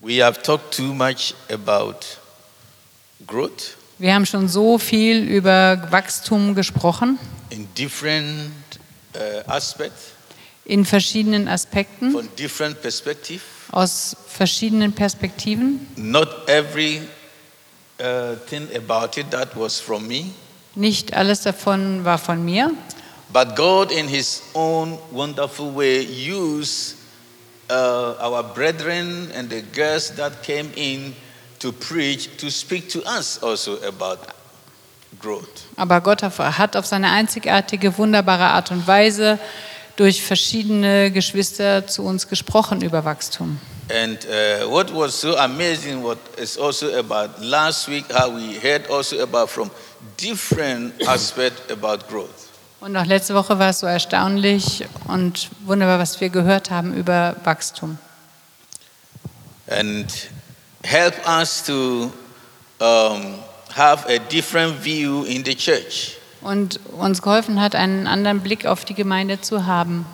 We have talked too much about growth Wir haben schon so viel über Wachstum gesprochen, in different uh, aspects, in verschiedenen Aspekten, from different perspective. aus verschiedenen Perspektiven. Not every uh, thing about it that was from me, Nicht alles davon war von mir, but God, in His own wonderful way, used uh, our brethren and the girls that came in to preach to speak to us also about growth. aber Gott hat auf seine einzigartige, wunderbare Art und Weise durch verschiedene Geschwister zu uns gesprochen über Wachstum. And uh, what was so amazing what is also about last week how we heard also about from different aspect about growth. Und auch letzte Woche war es so erstaunlich und wunderbar, was wir gehört haben über Wachstum. and help us to um, have a different view in the church. Und uns geholfen hat, einen anderen Blick auf die Gemeinde zu haben.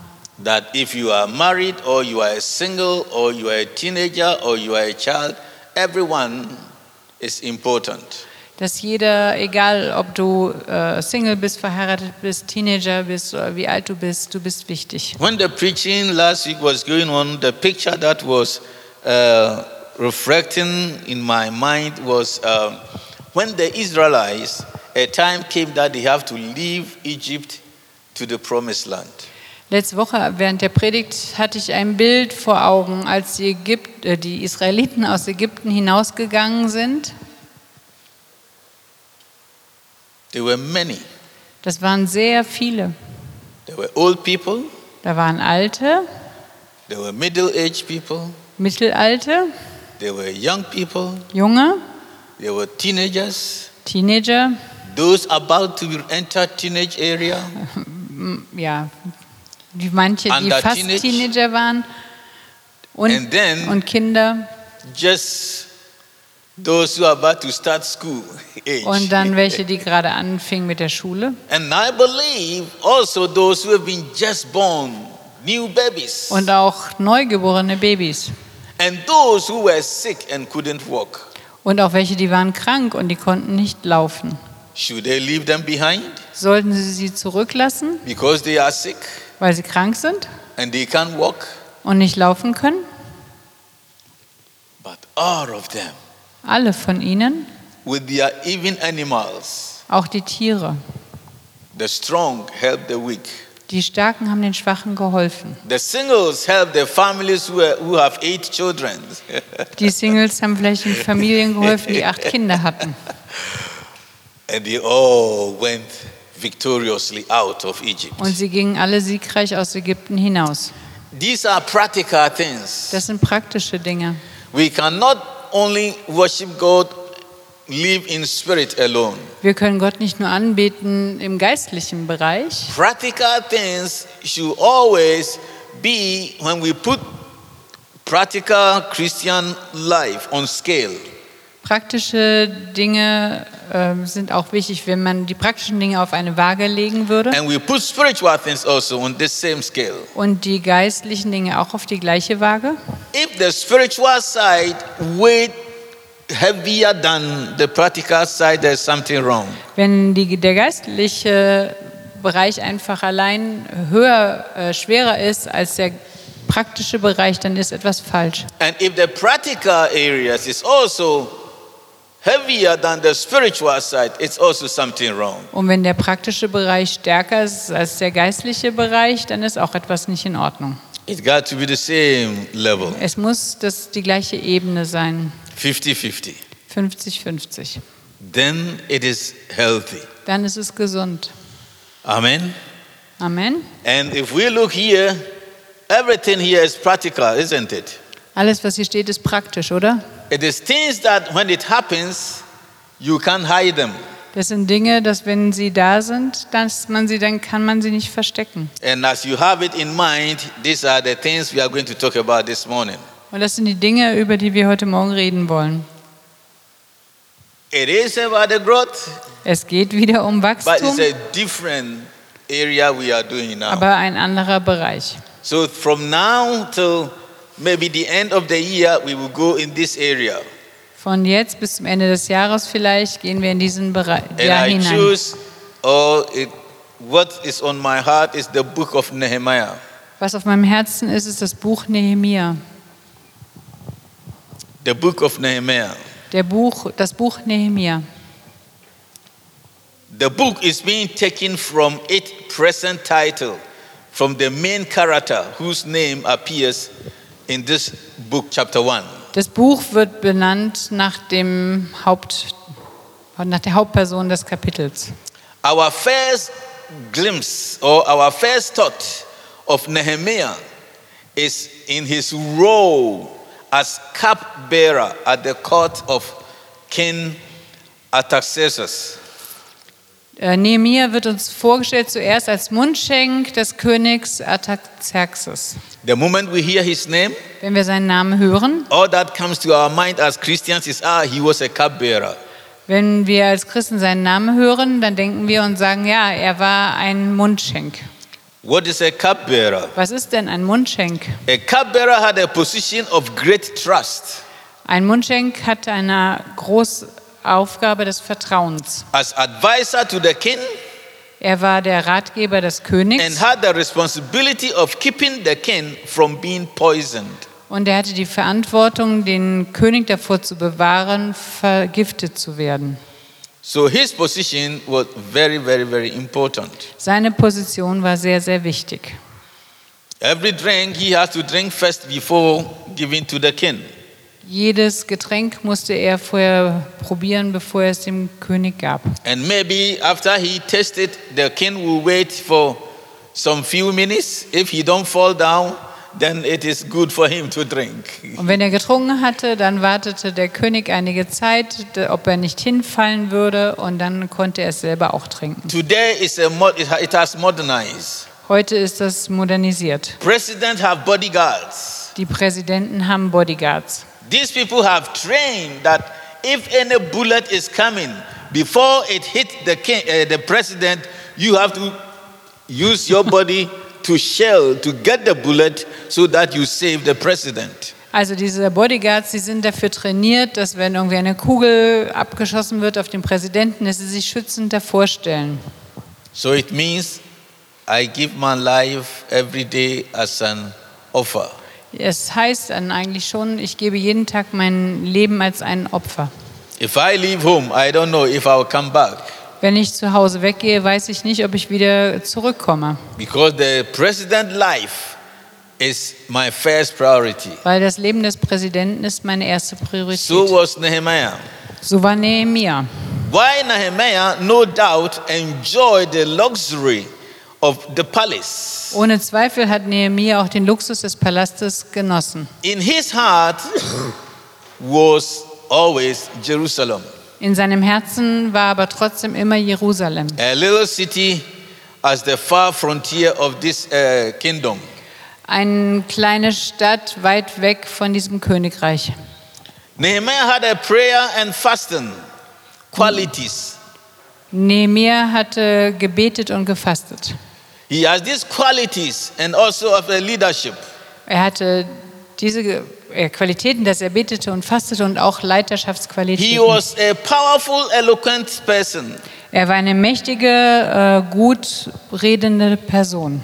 That if you are married or you are single or you are a teenager or you are a child, everyone is important. dass jeder, egal ob du äh, Single bist, verheiratet bist, Teenager bist oder wie alt du bist, du bist wichtig. When the preaching last week was going on, the picture that was uh, reflecting in my mind was um, when the Israelites, a time came that they have to leave Egypt to the promised land. Letzte Woche während der Predigt hatte ich ein Bild vor Augen, als die, Ägypt, äh, die Israeliten aus Ägypten hinausgegangen sind. There were many. Das waren sehr viele. There were old people, Da waren alte, there were middle aged people, mittelalte, there were young people, junge, there were teenagers, Teenager, those about to enter teenage area, m- ja, die manche, die Under fast teenage. Teenager waren und, And then- und Kinder. just those who are about to start school age. Und dann welche, die gerade anfingen mit der Schule. and I believe also those who have been just born, new babies, Und auch neugeborene Babys. and those who were sick and couldn't walk. Und auch welche, die waren krank und die konnten nicht laufen. Should they leave them behind Sollten sie sie zurücklassen, because they are sick weil sie krank sind and they can't walk? und nicht laufen können? But all of them, Alle von ihnen, with their even animals, auch die Tiere. The strong help the weak. Die Starken haben den Schwachen geholfen. The singles help the families who, are- who have eight children. Die Singles haben vielleicht den Familien geholfen, die acht Kinder hatten. and they all went victoriously out of Egypt. Und sie gingen alle siegreich aus Ägypten hinaus. These are practical things. Das sind praktische Dinge. We cannot only worship God, live in spirit alone. Wir können Gott nicht nur anbeten im geistlichen Bereich, Practical things should always be when we put practical Christian life on scale. Praktische Dinge ähm, sind auch wichtig, wenn man die praktischen Dinge auf eine Waage legen würde And we put spiritual things also on the same scale. und die geistlichen Dinge auch auf die gleiche Waage. If the spiritual side weighed heavier than the practical side, there's something wrong. Wenn die, der geistliche Bereich einfach allein höher, äh, schwerer ist als der praktische Bereich, dann ist etwas falsch. And if the practical areas is also heavier than the spiritual side, it's also something wrong. Und wenn der praktische Bereich stärker ist als der geistliche Bereich, dann ist auch etwas nicht in Ordnung. It's got to be the same level Es muss das, die gleiche Ebene sein, 50 50. 50-50. Then it is healthy. Dann ist es gesund. Amen. Amen. And if we look here, everything here is practical, isn't it? Alles, was hier steht, ist praktisch, oder? It is things that when it happens, you can't hide them. Das sind Dinge, dass wenn sie da sind, dass man sie, dann kann man sie nicht verstecken. And as you have it in mind, these are the things we are going to talk about this morning. Und das sind die Dinge, über die wir heute Morgen reden wollen. It is about the growth, Es geht wieder um but it's Wachstum, a different area we are doing now. aber ein anderer Bereich. So from now till maybe the end of the year we will go in this area. Von jetzt bis zum Ende des Jahres vielleicht gehen wir in diesen Bereich And Jahr I hinein. choose or it, what is on my heart is the book of Nehemiah. Was auf meinem Herzen ist, ist das Buch Nehemia. The book of Nehemiah. Der Buch, das Buch Nehemia. The book is being taken from its present title, from the main character whose name appears in this book, chapter 1. Das Buch wird benannt nach dem Haupt, nach der Hauptperson des Kapitels. Our first glimpse or our first thought of Nehemiah is in his role as cupbearer at the court of King Artaxerxes. Äh, Nehemia wird uns vorgestellt zuerst als Mundschenk des Königs Artaxerxes. The moment we hear his name, Wenn wir seinen Namen hören, all that comes to our mind as Christians is ah, he was a cupbearer. wenn wir als Christen seinen Namen hören, dann denken wir und sagen, ja, er war ein Mundschenk. What is a cupbearer? Was ist denn ein Mundschenk? A cupbearer had a position of great trust Ein Mundschenk hat eine große Aufgabe des Vertrauens. as advisor to the king Er war der Ratgeber des and Königs had the responsibility of keeping the king from being poisoned. und er hatte die Verantwortung, den König davor zu bewahren, vergiftet zu werden. So his position was very, very, very important. Seine Position war sehr, sehr wichtig. Every drink he has to drink first before giving to the king. Jedes Getränk musste er vorher probieren, bevor er es dem König gab. And maybe after he tasted, the king will wait for some few minutes. If he don't fall down, then it is good for him to drink. Und wenn er getrunken hatte, dann wartete der König einige Zeit, d- ob er nicht hinfallen würde, und dann konnte er es selber auch trinken. Today is a mod- it ha- it has modernized. Heute ist das modernisiert. Presidents have bodyguards. Die Präsidenten haben Bodyguards. These people have trained that if any bullet is coming, before it hits the, king, uh, the president, you have to use your body to shell to get the bullet so that you save the president. Also diese Bodyguards, die sind dafür trainiert, dass wenn irgendwie eine Kugel abgeschossen wird auf den Präsidenten, dass sie sich schützend davor stellen. So it means I give my life every day as an offer. Es heißt dann eigentlich schon, ich gebe jeden Tag mein Leben als ein Opfer. If I leave home, I don't know if I'll come back Wenn ich zu Hause weggehe, weiß ich nicht, ob ich wieder zurückkomme, because the president's life is my first priority. weil das Leben des Präsidenten ist meine erste So Priorität. was Nehemiah. So war Nehemia. Why Nehemiah, no doubt, enjoyed the luxury of the palace. Ohne Zweifel hat Nehemia auch den Luxus des Palastes genossen. In his heart was always Jerusalem, In seinem Herzen war aber trotzdem immer Jerusalem, a little city as the far frontier of this uh, kingdom. eine kleine Stadt weit weg von diesem Königreich. Nehemiah had a prayer and fasting qualities. Nehemia hatte gebetet und gefastet. He has these qualities and also of a leadership. Er hatte diese Ge- äh, Qualitäten, dass er betete und fastete und auch He Leiterschaftsqualitäten. was a powerful, eloquent person, Er war eine mächtige, äh, gut redende Person.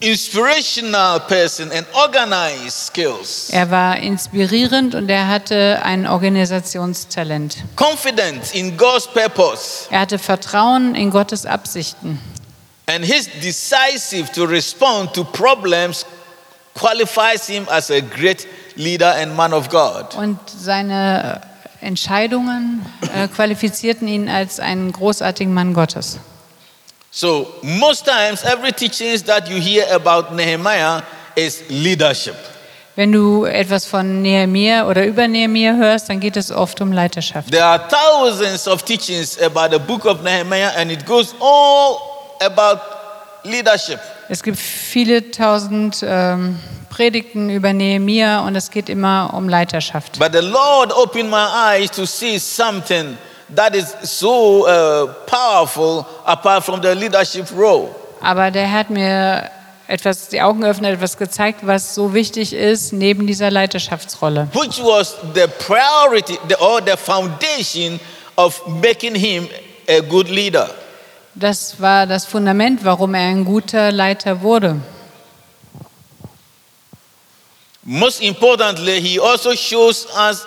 inspirational person, and organized skills. Er war inspirierend und er hatte ein Organisationstalent. confident in God's purpose Er hatte Vertrauen in Gottes Absichten. and his decisive to respond to problems qualifies him as a great leader and man of God. Und seine Entscheidungen äh, qualifizierten ihn als einen großartigen Mann Gottes. So most times every teachings that you hear about Nehemiah is leadership. Wenn du etwas von Nehemia oder über Nehemia hörst, dann geht es oft um Leiterschaft. There are thousands of teachings about the book of Nehemiah and it goes all about leadership. Es gibt viele tausend ähm, Predigten über Nehemia und es geht immer um Leiterschaft. But the Lord opened my eyes to see something that is so uh, powerful apart from the leadership role. Aber der Herr hat mir etwas die Augen geöffnet, etwas gezeigt, was so wichtig ist neben dieser Leiterschaftsrolle. which was the priority the, or the foundation of making him a good leader. Das war das Fundament, warum er ein guter Leiter wurde. Most importantly, he also shows us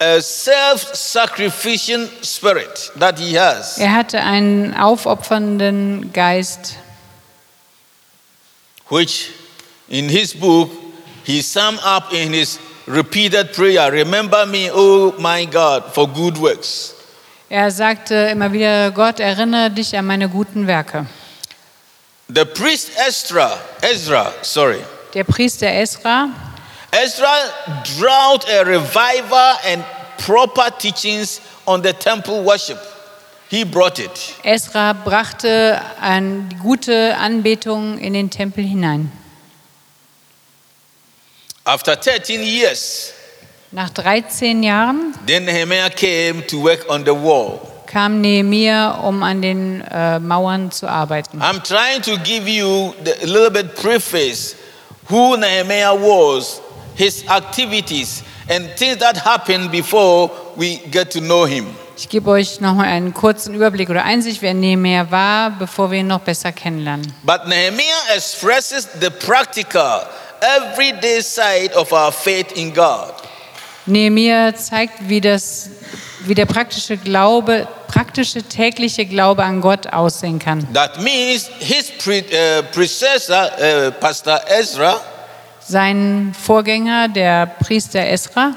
a self sacrificing spirit that he has, Er hatte einen aufopfernden Geist. which in his book he summed up in his repeated prayer Remember me, oh my God, for good works. Er sagte immer wieder, Gott, erinnere dich an meine guten Werke. The priest Ezra, Ezra, sorry, Der Priester Esra Ezra drought a revival and proper teachings on the temple worship. He brought it. Esra brachte ein, die gute Anbetung in den Tempel hinein. After 13 years, Nach 13 Jahren then Nehemiah came to work on the wall. kam Nehemia, um an den äh, Mauern zu arbeiten. I'm trying to give you the- a little bit preface who Nehemiah was, his activities, and things that happened before we get to know him. Ich gebe euch nochmal einen kurzen Überblick oder Einsicht, wer Nehemia war, bevor wir ihn noch besser kennenlernen. But Nehemiah expresses the practical, everyday side of our faith in God. Nehemia zeigt, wie, das, wie der praktische Glaube, praktische tägliche Glaube an Gott aussehen kann. That means his pre- uh, predecessor, uh, Pastor Ezra, Sein Vorgänger, der Priester Esra,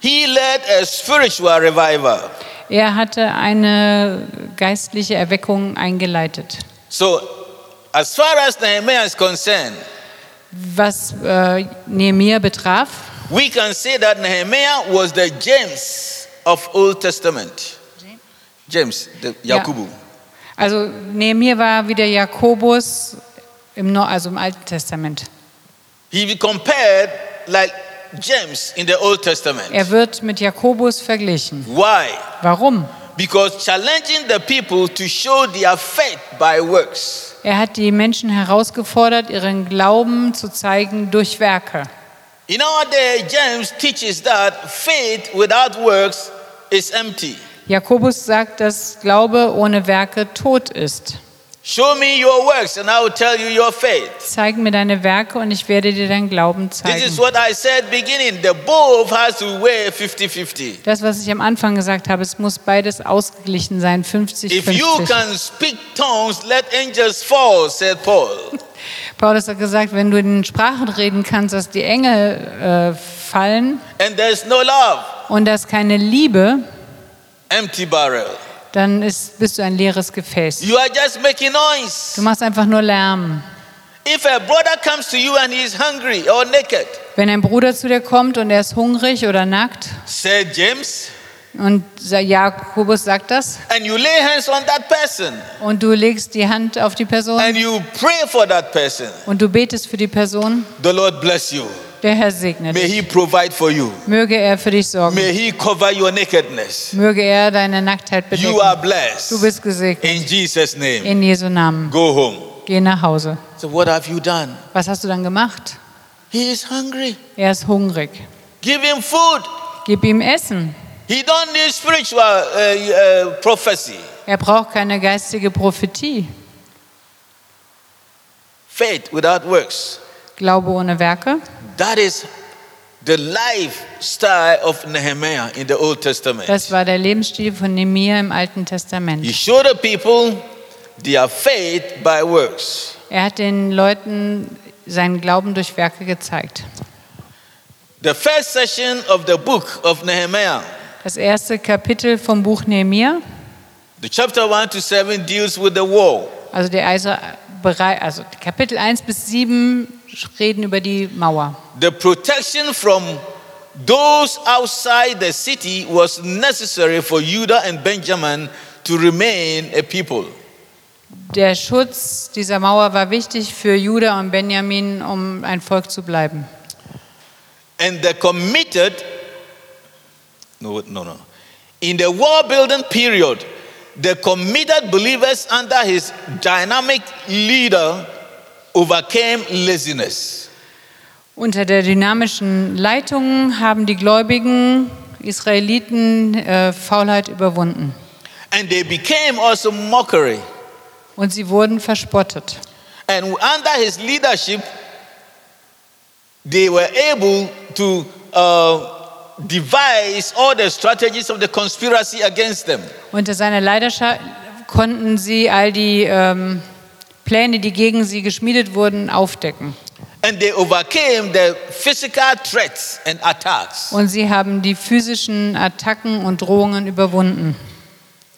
he led a spiritual revival. er hatte eine geistliche Erweckung eingeleitet. So, as far as Nehemiah is concerned, Was äh, Nehemia betraf, we can say that Nehemiah was the James of Old Testament. James, the Ja. Yakubu. also Nehemia war wie der Jakobus im, Neu also im Alten Testament. He be compared like James in the Old Testament. Er wird mit Jakobus verglichen. Why? Warum? Because challenging the people to show their faith by works. Er hat die Menschen herausgefordert, ihren Glauben zu zeigen durch Werke. In our day, James teaches that faith without works is empty. Jakobus sagt, dass Glaube ohne Werke tot ist. Show me your works and I will tell you your faith. Zeig mir deine Werke und ich werde dir deinen Glauben This is zeigen. what I said beginning. The both has to weigh 50 50. Das, was ich am Anfang gesagt habe, es muss beides ausgeglichen sein, If you 50-50. can speak tongues, let angels fall, said Paul. Paulus hat gesagt, wenn du in Sprachen reden kannst, dass die Engel äh, fallen And there's no love, und dass keine Liebe, empty barrel. dann ist, bist du ein leeres Gefäß. You are just making Du noise. machst einfach nur Lärm. If a brother comes to you and he's hungry or naked, Wenn ein Bruder zu dir kommt und er ist hungrig oder nackt said James, und Sa- Jakobus sagt das and you lay hands on that person und du legst die Hand auf die Person and you pray for that person, und du betest für die Person, The Lord bless you. der Herr segnet May dich. He provide for you. Möge er für dich sorgen. May He cover your nakedness. Möge er deine Nacktheit You are bedecken. Du blessed. bist gesegnet. In Jesus' name. In Jesu Namen. Go home. Geh nach Hause. So, what have you done? Was hast du dann gemacht? He is hungry. Er ist hungrig. Give him food. Gib ihm Essen. He don't need spiritual uh, uh, prophecy. Er braucht keine geistige Prophetie. Faith without works. Glaube ohne Werke. That is the lifestyle of Nehemiah in the Old Testament. Das war der Lebensstil von Nehemiah im Alten Testament. He showed the people their faith by works. Er hat den Leuten seinen Glauben durch Werke gezeigt. The first session of the book of Nehemiah Das erste Kapitel vom Buch Nehemiah, The chapter 1 to 7 deals with the wall. also, der Eiser, Berei- also Kapitel 1 bis 7 reden über die Mauer. The protection from those outside the city was necessary for Judah and Benjamin to remain a people. Der Schutz dieser Mauer war wichtig für Juda und Benjamin, um ein Volk zu bleiben. And the committed, no, no, no. In the wall building period, the committed believers under his dynamic leader overcame laziness. Unter der dynamischen Leitung haben die gläubigen Israeliten äh, Faulheit überwunden And they became also mockery. und sie wurden verspottet. And under his leadership, they were able to uh, devise all the strategies of the conspiracy against them. Unter seiner Leidenschaft konnten sie all die ähm, Pläne, die gegen sie geschmiedet wurden, aufdecken. And they overcame the physical threats and attacks. Und sie haben die physischen Attacken und Drohungen überwunden.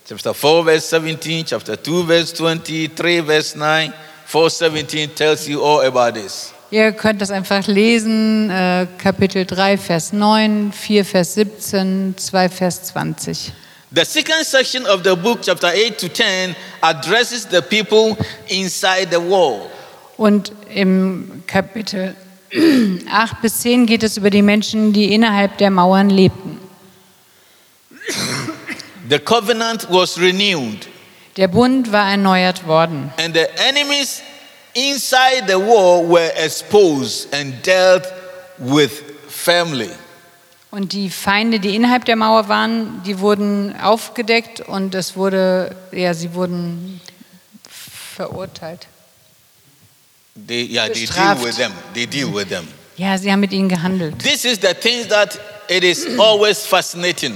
Chapter 4, verse 17, chapter 2, verse 23, verse 9, 417 tells you all about this. Ihr könnt das einfach lesen, äh, Kapitel 3, Vers 9, 4, Vers 17, 2, Vers 20. The second section of the book, chapter 8 to 10, addresses the people inside the wall. Und im Kapitel 8 bis 10 geht es über die Menschen, die innerhalb der Mauern lebten. The covenant was renewed, Der Bund war erneuert worden and the enemies inside the wall were exposed and dealt with firmly. und die Feinde, die innerhalb der Mauer waren, die wurden aufgedeckt und es wurde, ja, sie wurden verurteilt. They, yeah, they deal Bestraft. with them. They deal with them. Ja, sie haben mit ihnen gehandelt. This is the things that it is always fascinating.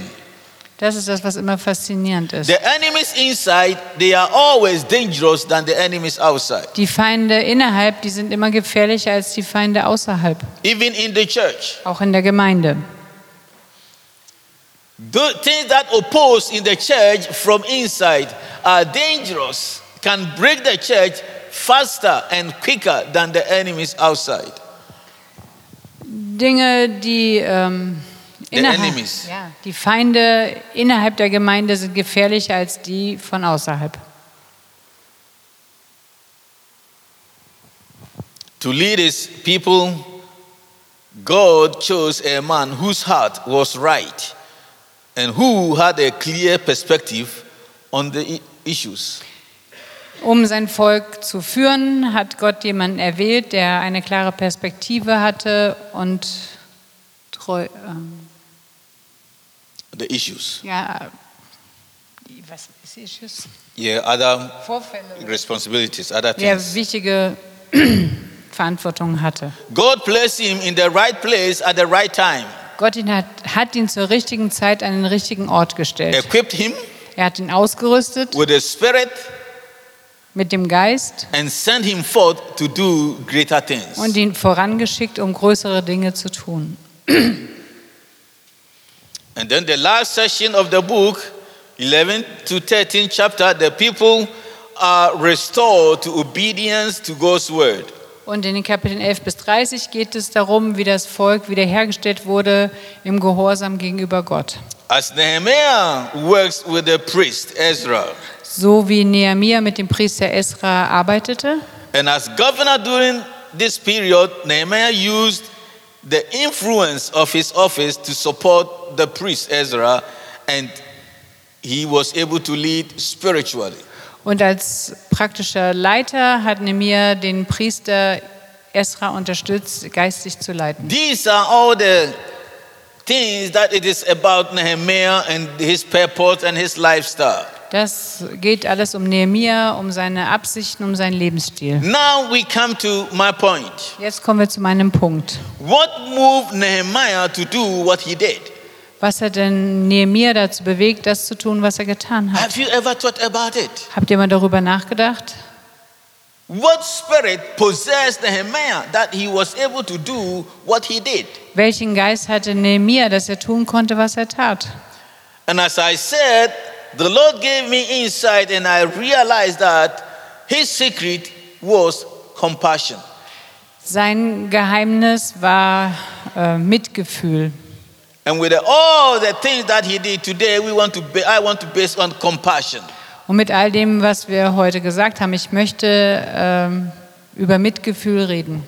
Das ist das, was immer faszinierend ist. The enemies inside, they are always dangerous than the enemies outside, Die Feinde innerhalb, die sind immer gefährlicher als die Feinde außerhalb, even in the church. auch in der Gemeinde. The things that oppose in the church from inside are dangerous, can break the church faster and quicker than the enemies outside. Dinge, die ähm, The innerhalb, enemies. ja, die Feinde innerhalb der Gemeinde sind gefährlicher als die von außerhalb. To lead his people, God chose a man whose heart was right and who had a clear perspective on the i- issues. Um sein Volk zu führen, hat Gott jemanden erwählt, der eine klare Perspektive hatte und treu, ähm, The issues. ja, die- was ist Issues? Yeah, other Vorfälle. responsibilities, other things. Der wichtige Verantwortung hatte. God placed him in the right place at the right time, Gott ihn hat, hat ihn zur richtigen Zeit an den richtigen Ort gestellt. equipped him Er hat ihn ausgerüstet with the spirit mit dem Geist and sent him forth to do greater things. und ihn vorangeschickt, um größere Dinge zu tun. And then the last section of the book, 11 to 13 chapter, the people are restored to obedience to God's word. Und in den Kapiteln 11 bis 30 geht es darum, wie das Volk wiederhergestellt wurde im Gehorsam gegenüber Gott. As Nehemiah works with the priest Ezra, So wie Nehemiah mit dem Priester Esra arbeitete and as governor during this period, Nehemiah used the influence of his office to support the priest Ezra, and he was able to lead spiritually. und als praktischer Leiter hat Nehemiah den Priester Esra unterstützt, geistig zu leiten. These are all the things that it is about Nehemiah and his purpose and his lifestyle. Das geht alles um Nehemia, um seine Absichten, um seinen Lebensstil. Now we come to my point. Jetzt kommen wir zu meinem Punkt. What moved Nehemiah to do what he did? Was hat denn Nehemia dazu bewegt, das zu tun, was er getan hat? Have you ever thought about it? Habt ihr mal darüber nachgedacht? What spirit possessed Nehemiah that he was able to do what he did? Welchen Geist hatte Nehemia, dass er tun konnte, was er tat? And as I said, the Lord gave me insight and I realized that his secret was compassion. Sein Geheimnis war äh, Mitgefühl. And with all the things that he did today, we want to ba- I want to base on compassion. Und mit all dem, was wir heute gesagt haben, ich möchte ähm, über Mitgefühl reden.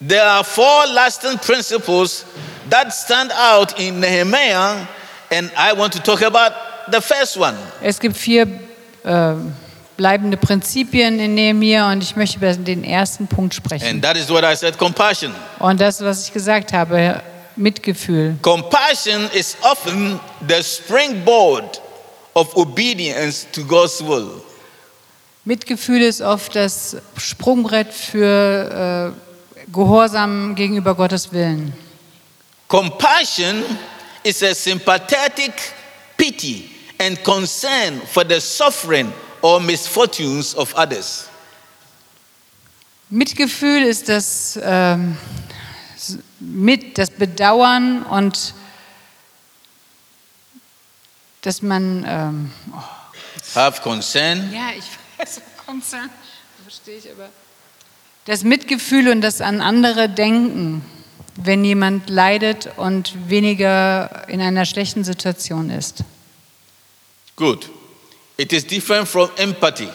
There are four lasting principles that stand out in Nehemiah, and I want to talk about the first one. Es gibt vier äh, bleibende Prinzipien in Nehemiah und ich möchte über den ersten Punkt sprechen. And that is what I said compassion. Und das, was ich gesagt habe, Mitgefühl. Compassion is often the springboard of obedience to God's will. Mitgefühl ist oft das Sprungbrett für äh, Gehorsam gegenüber Gottes Willen. Compassion is a sympathetic pity and concern for the suffering or misfortunes of others. Mitgefühl ist das, ähm, s- mit, das Bedauern und dass man. Ähm, Have concern, ja, ich weiß, Konzern, verstehe ich aber. Das Mitgefühl und das an andere denken, wenn jemand leidet und weniger in einer schlechten Situation ist. good. It is different from empathy.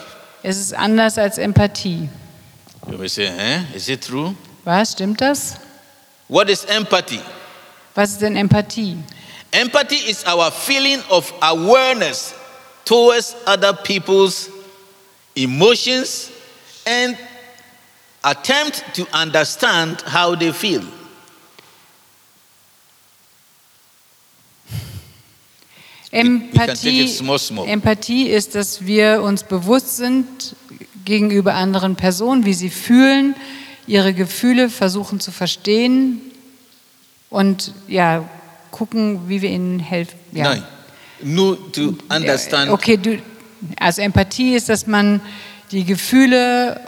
Es ist anders als Empathie. You may say, eh? Is it true? Was? Stimmt das? What is empathy? Was ist denn Empathie? Empathy is our feeling of awareness towards other people's emotions and attempt to understand how they feel. can take Empathie, it small, small. Empathie ist, dass wir uns bewusst sind gegenüber anderen Personen, wie sie fühlen, ihre Gefühle versuchen zu verstehen und ja, gucken, wie wir ihnen helfen. Ja. Nine. No, to understand. Okay, du, also Empathie ist, dass man die Gefühle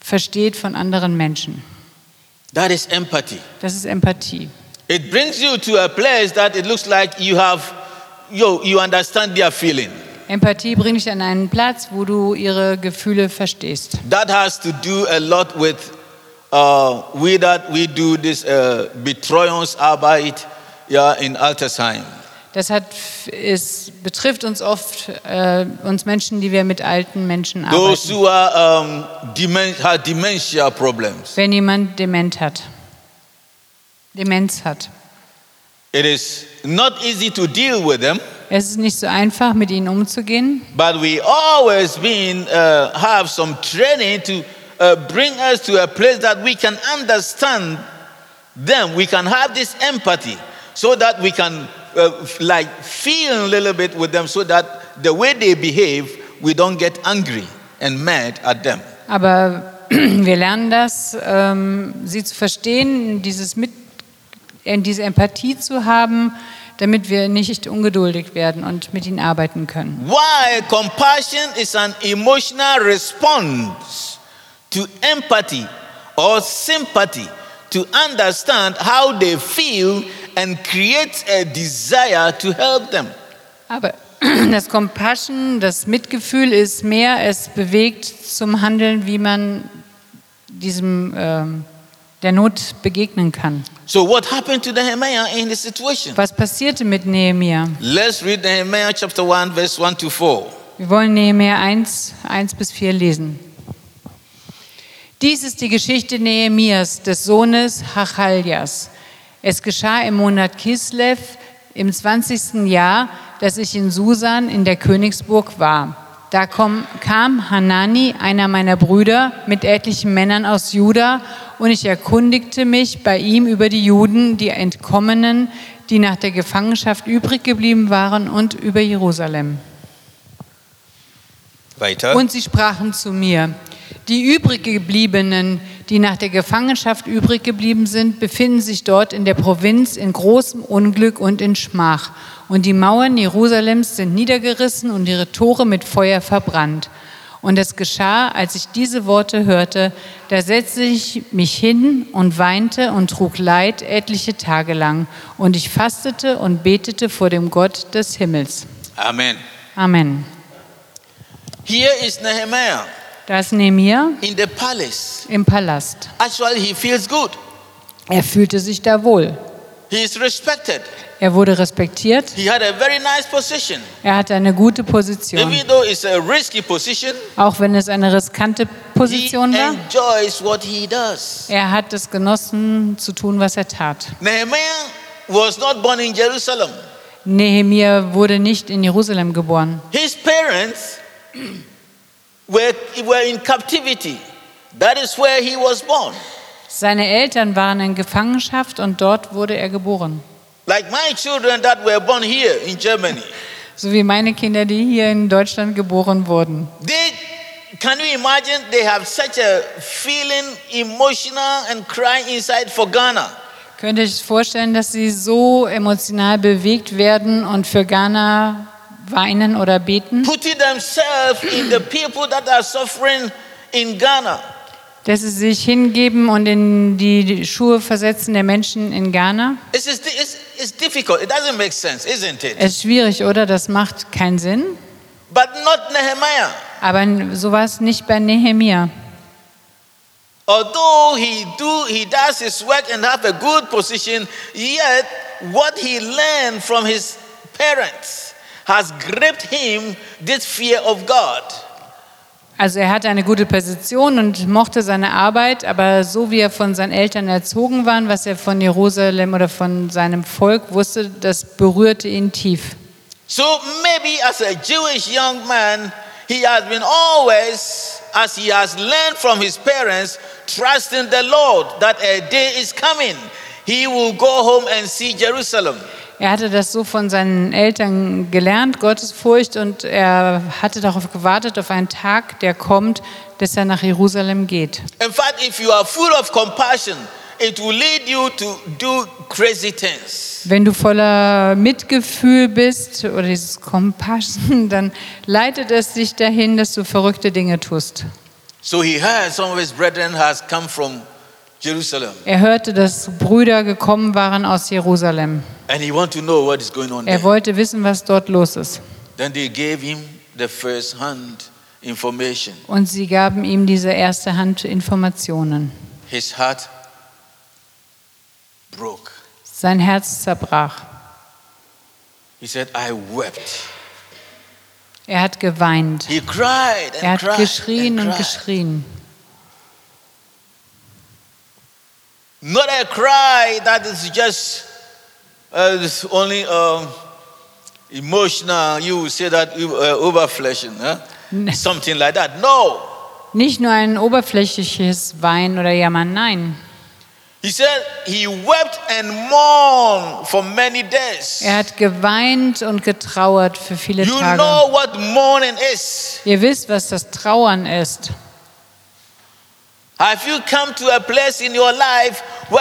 versteht von anderen Menschen. That is empathy. Das ist Empathie. It brings you to a place that it looks like you have, yo, you understand their feeling. Empathie bringt dich an einen Platz, wo du ihre Gefühle verstehst. That has to do a lot with uh, we that we do this uh, Betreuungsarbeit yeah, in Altersheim. Das hat, es betrifft uns oft, äh, uns Menschen, die wir mit alten Menschen Those arbeiten. who are um, demen- have dementia problems. Wenn jemand dement hat, Demenz hat. It is not easy to deal with them, Es ist nicht so einfach, mit ihnen umzugehen, but we always been uh, have some training to uh, bring us to a place that we can understand them. We can have this empathy, so that we can uh, f- like feel a little bit with them, so that the way they behave, we don't get angry and mad at them. aber wir lernen das, ähm, sie zu verstehen, dieses mit, äh, diese Empathie zu haben, damit wir nicht ungeduldig werden und mit ihnen arbeiten können. Why compassion is an emotional response to empathy or sympathy to understand how they feel and create a desire to help them. Aber das Compassion, das Mitgefühl ist mehr, es bewegt zum Handeln, wie man diesem ähm, der Not begegnen kann. So, what happened to Nehemiah in this situation? Was passierte mit Nehemia? Let's read Nehemiah chapter 1, verse 1 to 4. Wir wollen Nehemia 1, 1 bis 4 lesen. Dies ist die Geschichte Nehemias, des Sohnes Hachaljas. Es geschah im Monat Kislev im 20. Jahr, dass ich in Susan in der Königsburg war. Da kom, kam Hanani, einer meiner Brüder, mit etlichen Männern aus Juda, und ich erkundigte mich bei ihm über die Juden, die Entkommenen, die nach der Gefangenschaft übrig geblieben waren, und über Jerusalem. Weiter. Und sie sprachen zu mir, die übriggebliebenen, die nach der Gefangenschaft übrig geblieben sind, befinden sich dort in der Provinz in großem Unglück und in Schmach. Und die Mauern Jerusalems sind niedergerissen und ihre Tore mit Feuer verbrannt. Und es geschah, als ich diese Worte hörte, da setzte ich mich hin und weinte und trug Leid etliche Tage lang. Und ich fastete und betete vor dem Gott des Himmels. Amen. Amen. Here is Nehemiah Da ist Nehemiah in the palace. im Palast. Actually, he feels good, Er fühlte sich da wohl. he is respected, Er wurde respektiert. he had a very nice position. Er hatte eine gute Position. Even though it's a risky position, Auch wenn es eine riskante he Position war, enjoys what he does. er hat es genossen, zu tun, was er tat. Nehemiah was not born in Jerusalem. Nehemia wurde nicht in Jerusalem geboren. His parents were, were in captivity. That is where he was born. Seine Eltern waren in Gefangenschaft und dort wurde er geboren. Like my children that were born here in Germany. So wie meine Kinder, die hier in Deutschland geboren wurden. They, can you imagine? They have such a feeling, emotional, and crying inside for Ghana. Könnt ihr euch vorstellen, dass sie so emotional bewegt werden und für Ghana weinen oder beten? Putting themselves in the people that are suffering in Ghana. Dass sie sich hingeben und in die Schuhe versetzen der Menschen in Ghana? It's, it's, it's, it's difficult. It doesn't make sense, isn't it? Ist schwierig, oder? Das macht keinen Sinn. But not Nehemiah. Aber so war es nicht bei Nehemia. Although he do he does his work and have a good position, yet what he learned from his parents has gripped him this fear of God. Also er hatte eine gute Position und mochte seine Arbeit, aber so wie er von seinen Eltern erzogen war, was er von Jerusalem oder von seinem Volk wusste, das berührte ihn tief. So maybe as a Jewish young man, he has been always, as he has learned from his parents, trusting the Lord that a day is coming. He will go home and see Jerusalem. Er hatte das so von seinen Eltern gelernt, Gottesfurcht, und er hatte darauf gewartet, auf einen Tag, der kommt, dass er nach Jerusalem geht. In fact, if you are full of compassion, it will lead you to do crazy things. Wenn du voller Mitgefühl bist oder dieses Compassion, dann leitet es dich dahin, dass du verrückte Dinge tust. So he heard some of his brethren has come from Jerusalem, Er hörte, dass Brüder gekommen waren aus Jerusalem. and he want to know what is going on Er there. wollte wissen, was dort los ist. Then they gave him the first hand information. Und sie gaben ihm diese erste Hand Informationen. His heart broke. Sein Herz zerbrach. He said, I wept. Er hat geweint. He cried and Er hat cried. geschrien and und cried. geschrien. Not a cry that is just uh, it's only um, emotional. You will say that you, uh, overflashing, huh? N- something like that. No. Nicht nur ein oberflächliches Weinen oder Jammern, nein. He said he wept and mourned for many days. Er hat geweint und getrauert für viele You Tage. know what mourning is. Ihr wisst, was das Trauern ist. Have you come to a place in your life where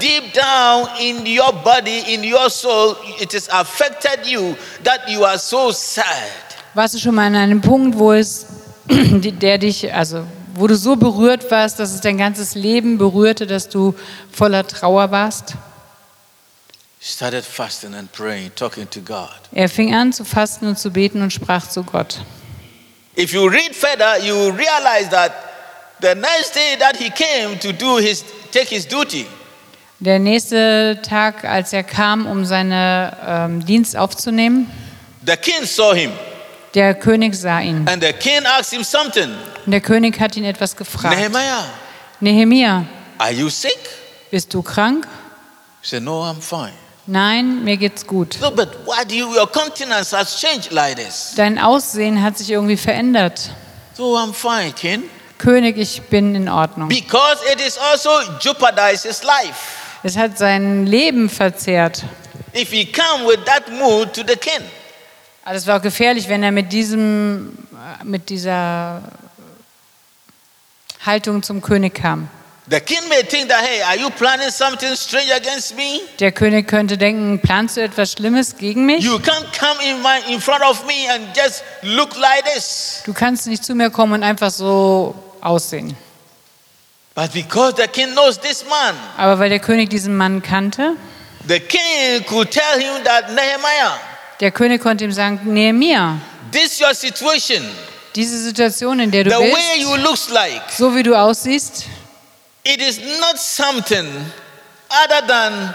deep down in your body, in your soul, it has affected you that you are so sad? Warst du schon mal an einem Punkt, wo es, der dich, also wo du so berührt warst, dass es dein ganzes Leben berührte, dass du voller Trauer warst? started fasting and praying, talking to God. Er fing an zu fasten und zu beten und sprach zu Gott. If you read further, you will realize that the next day that he came to do his take his duty, Der nächste Tag, als er kam, um seinen ähm, Dienst aufzunehmen, the king saw him der König sah ihn. and the king asked him something. Und der König hat ihn etwas gefragt. Nehemiah, Nehemia, are you sick? bist du krank? He said, No, I'm fine. Nein, mir geht's gut. No, but why do you your countenance has changed like this? Dein Aussehen hat sich irgendwie verändert. So I'm fine, king. König, ich bin in Ordnung. Because it is also jeopardized his life. Es hat sein Leben verzerrt. If he come with that mood to the king. Also es war auch gefährlich, wenn er mit diesem, äh, mit dieser Haltung zum König kam. The king may think that, hey, are you planning something strange against me? Der König könnte denken, planst du etwas Schlimmes gegen mich? You can't come in my in front of me and just look like this. Du kannst nicht zu mir kommen und einfach so aussehen. But because the king knows this man, Aber weil der König diesen Mann kannte, the king could tell him that Nehemiah, der König konnte ihm sagen, Nehemia, this your situation, diese Situation, in der du the way bist, you looks like, so wie du aussiehst, it is not something other than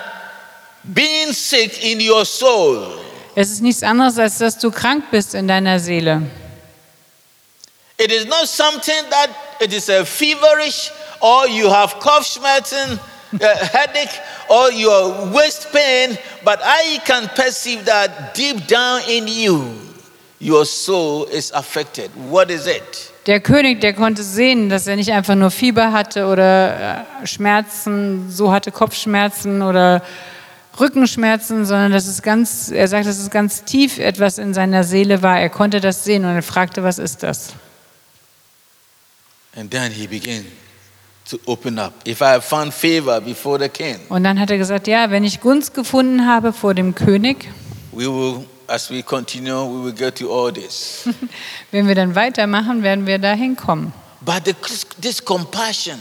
being sick in your soul. es ist nichts anderes, als dass du krank bist in deiner Seele. It is not something that it is a feverish or you have cough smarting, uh, headache or your waist pain, but I can perceive that deep down in you, your soul is affected. What is it? Der König, der konnte sehen, dass er nicht einfach nur Fieber hatte oder äh, Schmerzen, so hatte Kopfschmerzen oder Rückenschmerzen, sondern dass es ganz, er sagt, dass es ganz tief etwas in seiner Seele war. Er konnte das sehen und er fragte, was ist das? And then he began to open up. If I have found favor before the king, Und dann hat er gesagt, ja, wenn ich Gunst gefunden habe vor dem König, we will, as we continue, we will get to all this. wenn wir dann weitermachen, werden wir dahin kommen. But the, this compassion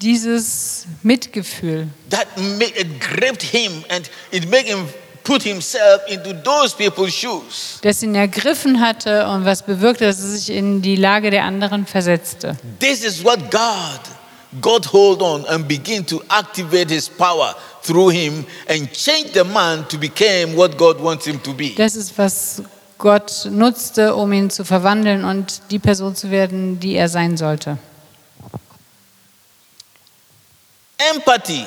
Dieses Mitgefühl, that made, it gripped him and it made him put himself into those people's shoes. das ihn ergriffen hatte und was bewirkte, dass er sich in die Lage der anderen versetzte. This is what God got hold on and begin to activate his power through him and change the man to become what God wants him to be. Das ist, was Gott nutzte, um ihn zu verwandeln und die Person zu werden, die er sein sollte. Empathy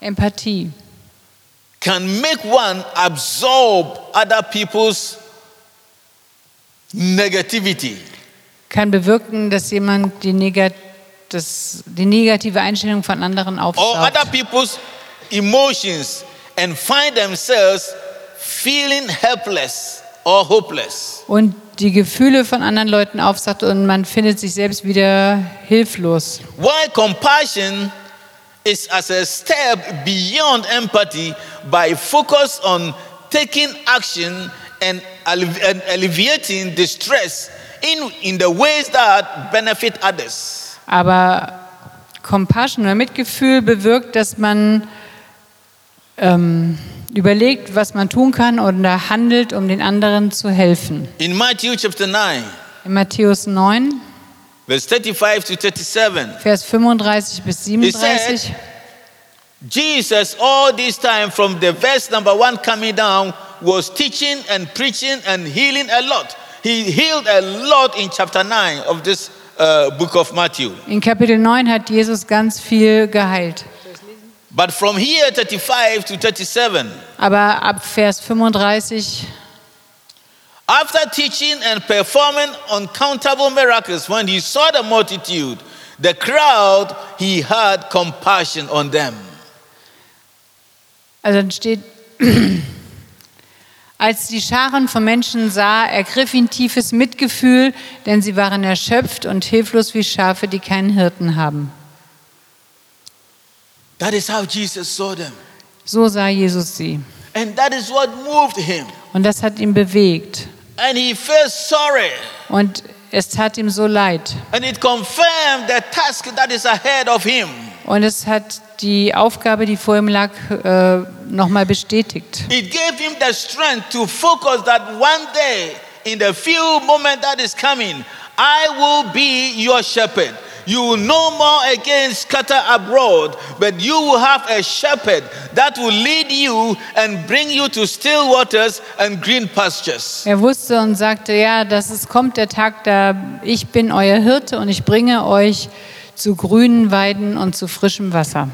Empathie can make one absorb other people's negativity. kann bewirken, dass jemand die, negat das, die negative Einstellung von anderen or other aufsaugt people's emotions and find themselves feeling helpless or hopeless. und die Gefühle von anderen Leuten aufsaugt und man findet sich selbst wieder hilflos. While compassion is as a step beyond empathy by focus on taking action and, alle- and alleviating distress in, in the ways that benefit others. Aber Compassion oder Mitgefühl bewirkt, dass man ähm, überlegt, was man tun kann und da handelt, um den anderen zu helfen. In Matthew chapter 9, In Matthäus 9, verse 35 to 37, Vers 35 bis 37. Jesus, all this time from the verse number one coming down, was teaching and preaching and healing a lot. He healed a lot in chapter 9 of this uh, book of Matthew. In Kapitel 9 hat Jesus ganz viel geheilt. But from here, 35 to 37, Aber ab Vers 35, after teaching and performing uncountable miracles, when he saw the multitude, the crowd, he had compassion on them. also dann steht, als die Scharen von Menschen sah, ergriff ihn tiefes Mitgefühl, denn sie waren erschöpft und hilflos wie Schafe, die keinen Hirten haben. That is how Jesus saw them. So sah Jesus sie. And that is what moved him. Und das hat ihn bewegt. And he felt sorry. Und es tat ihm so leid. And it confirmed the task that is ahead of him. Und es hat die Aufgabe, die vor ihm lag, äh, nochmal bestätigt. It gave him the strength to focus that one day, in the few moments that is coming, I will be your shepherd. You will no more again scatter abroad, but you will have a shepherd that will lead you and bring you to still waters and green pastures. Er wusste und sagte, ja, das ist, kommt der Tag, da ich bin euer Hirte und ich bringe euch zu grünen Weiden und zu frischem Wasser.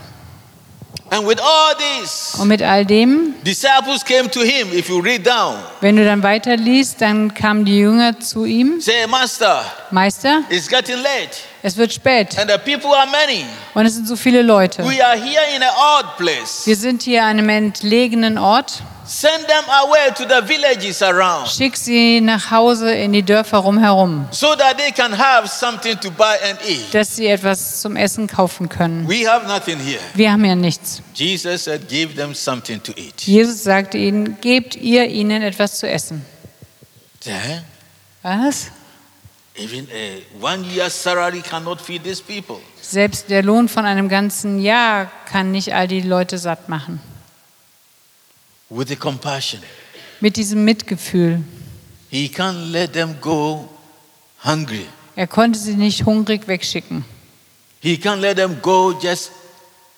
And with all this, Und mit all dem, disciples came to him. If you read down, wenn du dann weiterliest, dann kamen die Jünger zu ihm. say, Master, Meister, it's getting late, es wird spät and the people are many. und es sind so viele Leute. We are here in an odd place. Wir sind hier an einem entlegenen Ort. Send them away to the villages around Schick sie nach Hause in die Dörfer rumherum, so that they can have something to buy and eat. dass sie etwas zum Essen kaufen können. We have nothing here. Wir haben ja nichts. Jesus said, Give them something to eat. Jesus sagte ihnen, gebt ihr ihnen etwas zu essen. Then, Was? even a one year salary cannot feed these people. Selbst der Lohn von einem ganzen Jahr kann nicht all die Leute satt machen. With the compassion, Mit diesem Mitgefühl. He can't let them go hungry. Er konnte sie nicht hungrig wegschicken. He can't let them go just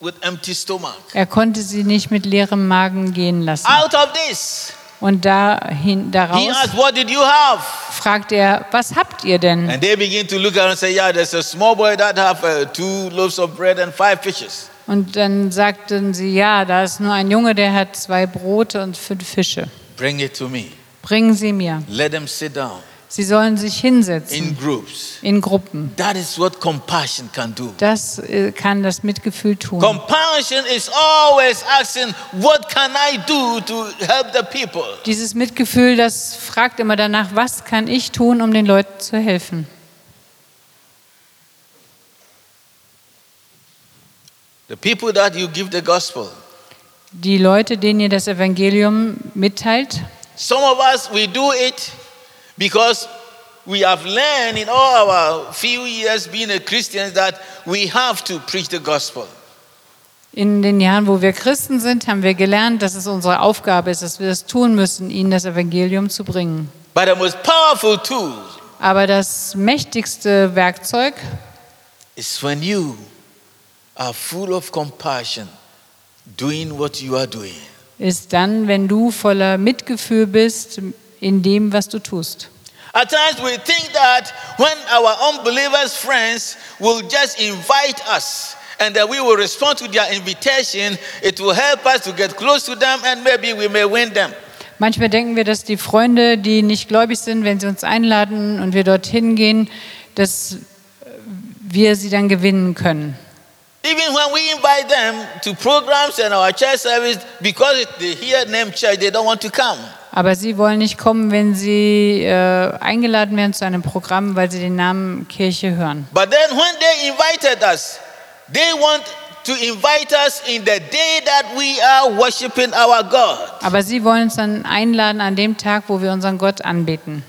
with empty stomach. Er konnte sie nicht mit leerem Magen gehen lassen. Out of this, Und dahin, He daraus asked, What did you have? fragt er, was habt ihr denn? And they begin to look around and say, yeah, there's a small boy that have uh, two loaves of bread and five fishes. Und dann sagten sie, ja, da ist nur ein Junge, der hat zwei Brote und fünf Fische. Bring it to me. Bringen sie mir. Let them sit down. Sie sollen sich hinsetzen in groups. in Gruppen. That is what compassion can do. Das äh, kann das Mitgefühl tun. Compassion is always asking, What can I do to help the people? Dieses Mitgefühl, das fragt immer danach, was kann ich tun, um den Leuten zu helfen? The people that you give the gospel. Die Leute, denen ihr das Evangelium mitteilt, Some of us, we do it because we have learned in all our few years being a Christian that we have to preach the gospel. in den Jahren, wo wir Christen sind, haben wir gelernt, dass es unsere Aufgabe ist, dass wir das tun müssen, ihnen das Evangelium zu bringen. But the most powerful tool Aber das mächtigste Werkzeug is when you are full of compassion, doing what you are doing. ist dann, wenn du voller Mitgefühl bist in dem, was du tust. At times we think that when our unbelievers' friends will just invite us and that we will respond to their invitation, it will help us to get close to them and maybe we may win them. Manchmal denken wir, dass die Freunde, die nicht gläubig sind, wenn sie uns einladen und wir dorthin gehen, dass wir sie dann gewinnen können. Even when we invite them to programs and our church service, because they hear name church, they don't want to come. Aber sie wollen nicht kommen, wenn sie äh, eingeladen werden zu einem Programm, weil sie den Namen Kirche hören. But then when they invited us, they want to invite us in the day that we are worshiping our God. Aber sie wollen uns dann einladen an dem Tag, wo wir unseren Gott anbeten.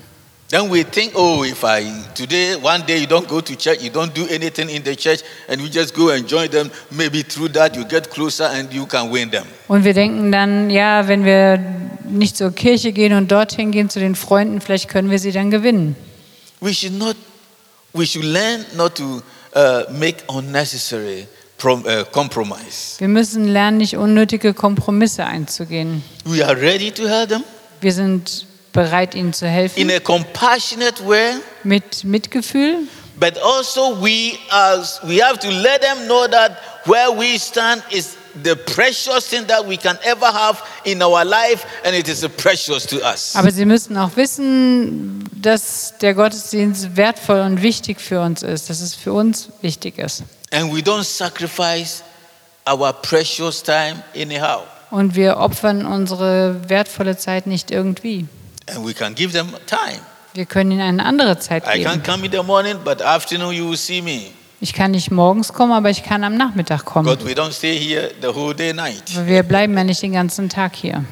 Then we think, oh, if I today, one day you don't go to church, you don't do anything in the church, and you just go and join them, maybe through that you get closer and you can win them. Und wir denken dann, ja, wenn wir nicht zur Kirche gehen und dorthin gehen zu den Freunden, vielleicht können wir sie dann gewinnen. We should not, we should learn not to uh, make unnecessary prom- uh, compromise. Wir müssen lernen, nicht unnötige Kompromisse einzugehen. We are ready to help them Wir sind bereit, ihnen zu in helfen a compassionate way, mit Mitgefühl. but also we as we have to let them know that where we stand is the precious thing that we can ever have in our life, and it is precious to us. Aber sie müssen auch wissen, dass der Gottesdienst wertvoll und wichtig für uns ist, dass es für uns wichtig ist. And we don't sacrifice our precious time anyhow. Und wir opfern unsere wertvolle Zeit nicht irgendwie. And we can give them time. Wir können ihnen eine andere Zeit I can geben. come in the morning, but afternoon you will see me. Ich kann nicht morgens kommen, aber ich kann am Nachmittag kommen. But we don't stay here the whole day night. Aber wir bleiben ja nicht den ganzen Tag hier.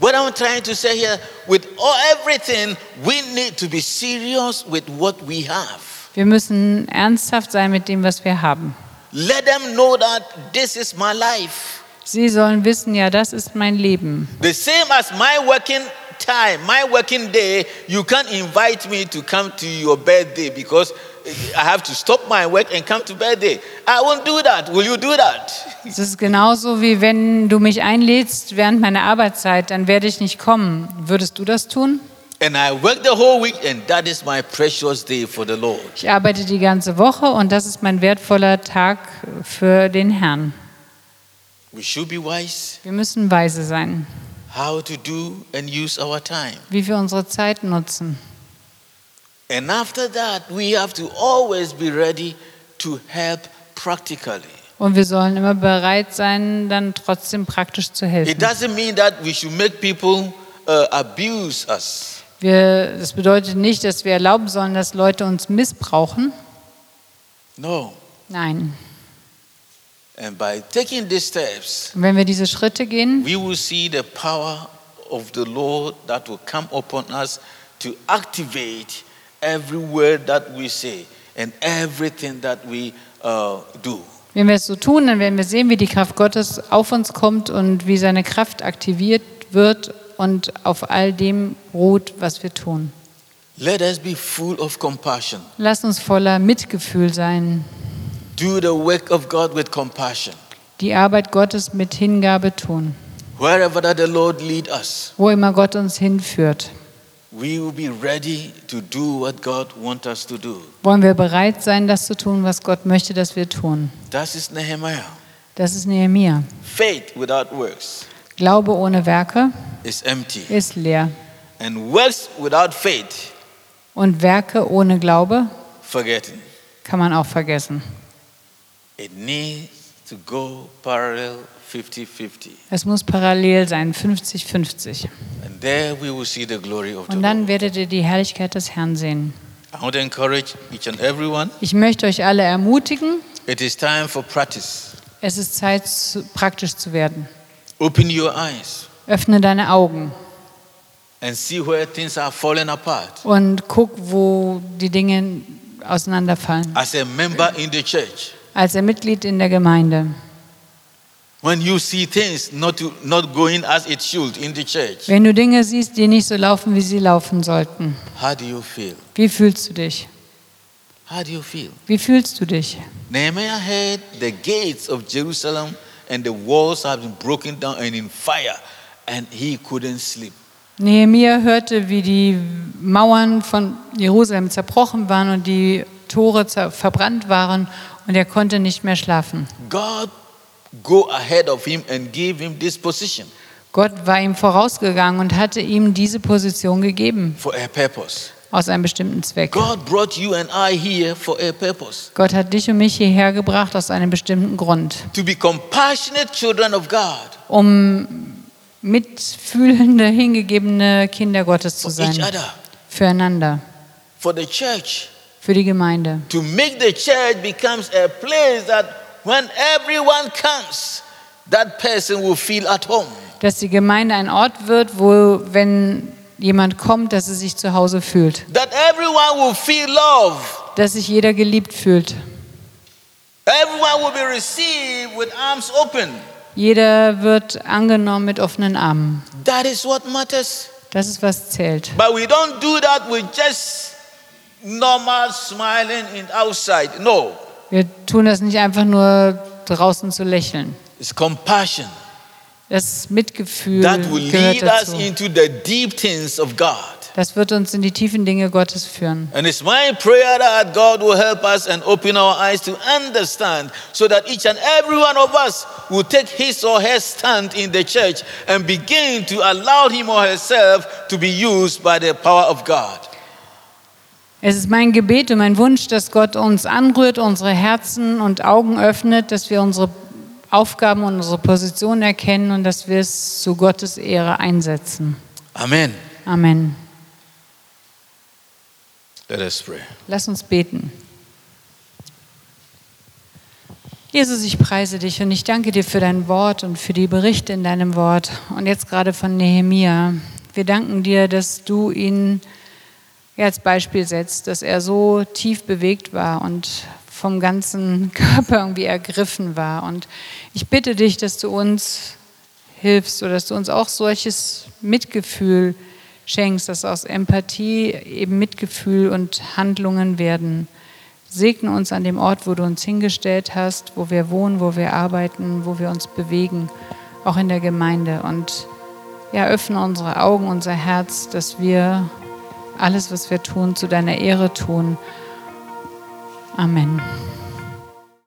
What I'm trying to say here, with all, everything, we need to be serious with what we have. Wir müssen ernsthaft sein mit dem, was wir haben. Let them know that this is my life. Sie sollen wissen, ja, das ist mein Leben. The same as my working time, my working day, you can't invite me to come to your birthday because I have to stop my work and come to birthday. I won't do that. Will you do that? Es ist genauso wie wenn du mich einlädst während meiner Arbeitszeit, dann werde ich nicht kommen. Würdest du das tun? And I work the whole week, and that is my precious day for the Lord. Ich arbeite die ganze Woche und das ist mein wertvoller Tag für den Herrn. We should be wise Wir müssen weise sein, how to do and use our time. wie wir unsere Zeit nutzen. And after that, we have to always be ready to help practically. Und wir sollen immer bereit sein, dann trotzdem praktisch zu It helfen. doesn't mean that we should make people uh, abuse us, Wir, das bedeutet nicht, dass wir erlauben sollen, dass Leute uns missbrauchen. no. Nein. And by taking these steps, Und wenn wir diese Schritte gehen, we will see the power of the Lord that will come upon us to activate every word that we say and everything that we uh, do. wenn wir es so tun, dann werden wir sehen, wie die Kraft Gottes auf uns kommt und wie seine Kraft aktiviert wird und auf all dem ruht, was wir tun. Let us be full of compassion. Lass uns voller Mitgefühl sein, Do the work of God with compassion. die Arbeit Gottes mit Hingabe tun, Wherever that the Lord lead us. wo immer Gott uns hinführt. we will be ready to do what God wants us to do. Wollen wir bereit sein, das zu tun, was Gott möchte, dass wir tun. That is Nehemiah. Das ist Nehemiah. Faith without works Glaube ohne Werke is empty, ist leer. and works without faith Und Werke ohne Glaube forgetting. kann man auch vergessen. It needs to go parallel 50 50. Es muss parallel sein, 50-50. And there we will see the glory of the Und Lord. dann werdet ihr die Herrlichkeit des Herrn sehen. I want to encourage each and everyone. Ich möchte euch alle ermutigen, It is time for practice. es ist Zeit, zu- praktisch zu werden. Open your eyes Öffne deine Augen and see where things are falling apart. und guck, wo die Dinge auseinanderfallen. As a member in the church, Als ein Mitglied in der Gemeinde, when you see things not, to, not going as it should in the church, wenn du Dinge siehst, die nicht so laufen, wie sie laufen sollten, how do you feel? wie fühlst du dich? How do you feel? Wie fühlst du dich? Nehemiah heard the gates of Jerusalem and the walls have been broken down and in fire, and he couldn't sleep. Nehemia hörte, wie die Mauern von Jerusalem zerbrochen waren und die Tore zer- verbrannt waren und er konnte nicht mehr schlafen. God go ahead of him and give him this position Gott war ihm vorausgegangen und hatte ihm diese Position gegeben, for a purpose. aus einem bestimmten Zweck. God brought you and I here for a purpose. Gott hat dich und mich hierher gebracht aus einem bestimmten Grund, To be compassionate children of God um mitfühlende, hingegebene Kinder Gottes zu for each sein. other, Füreinander, for the church. für die Gemeinde. To make the church becomes a place that when everyone comes, that person will feel at home. Dass die Gemeinde ein Ort wird, wo, wenn jemand kommt, dass er sich zu Hause fühlt. That everyone will feel love. Dass sich jeder geliebt fühlt. Everyone will be received with arms open. Jeder wird angenommen mit offenen Armen. That is what matters. Das ist, was zählt. But we don't do that with just normal smiling in outside. No, Wir tun das nicht einfach nur draußen zu lächeln. it's compassion Das Mitgefühl that will gehört lead us dazu. into the deep things of God. Das wird uns in die tiefen Dinge Gottes führen. And it's my prayer that God will help us and open our eyes to understand so that each and every one of us will take his or her stand in the church and begin to allow him or herself to be used by the power of God. Es ist mein Gebet und mein Wunsch, dass Gott uns anrührt, unsere Herzen und Augen öffnet, dass wir unsere Aufgaben und unsere Position erkennen und dass wir es zu Gottes Ehre einsetzen. Amen. Amen. Let us pray. Lass uns beten. Jesus, ich preise dich und ich danke dir für dein Wort und für die Berichte in deinem Wort und jetzt gerade von Nehemia. Wir danken dir, dass du ihn ja, als Beispiel setzt, dass er so tief bewegt war und vom ganzen Körper irgendwie ergriffen war. Und ich bitte dich, dass du uns hilfst oder dass du uns auch solches Mitgefühl schenkst, dass aus Empathie eben Mitgefühl und Handlungen werden. Segne uns an dem Ort, wo du uns hingestellt hast, wo wir wohnen, wo wir arbeiten, wo wir uns bewegen, auch in der Gemeinde. Und ja, öffne unsere Augen, unser Herz, dass wir alles, was wir tun, zu deiner Ehre tun. Amen.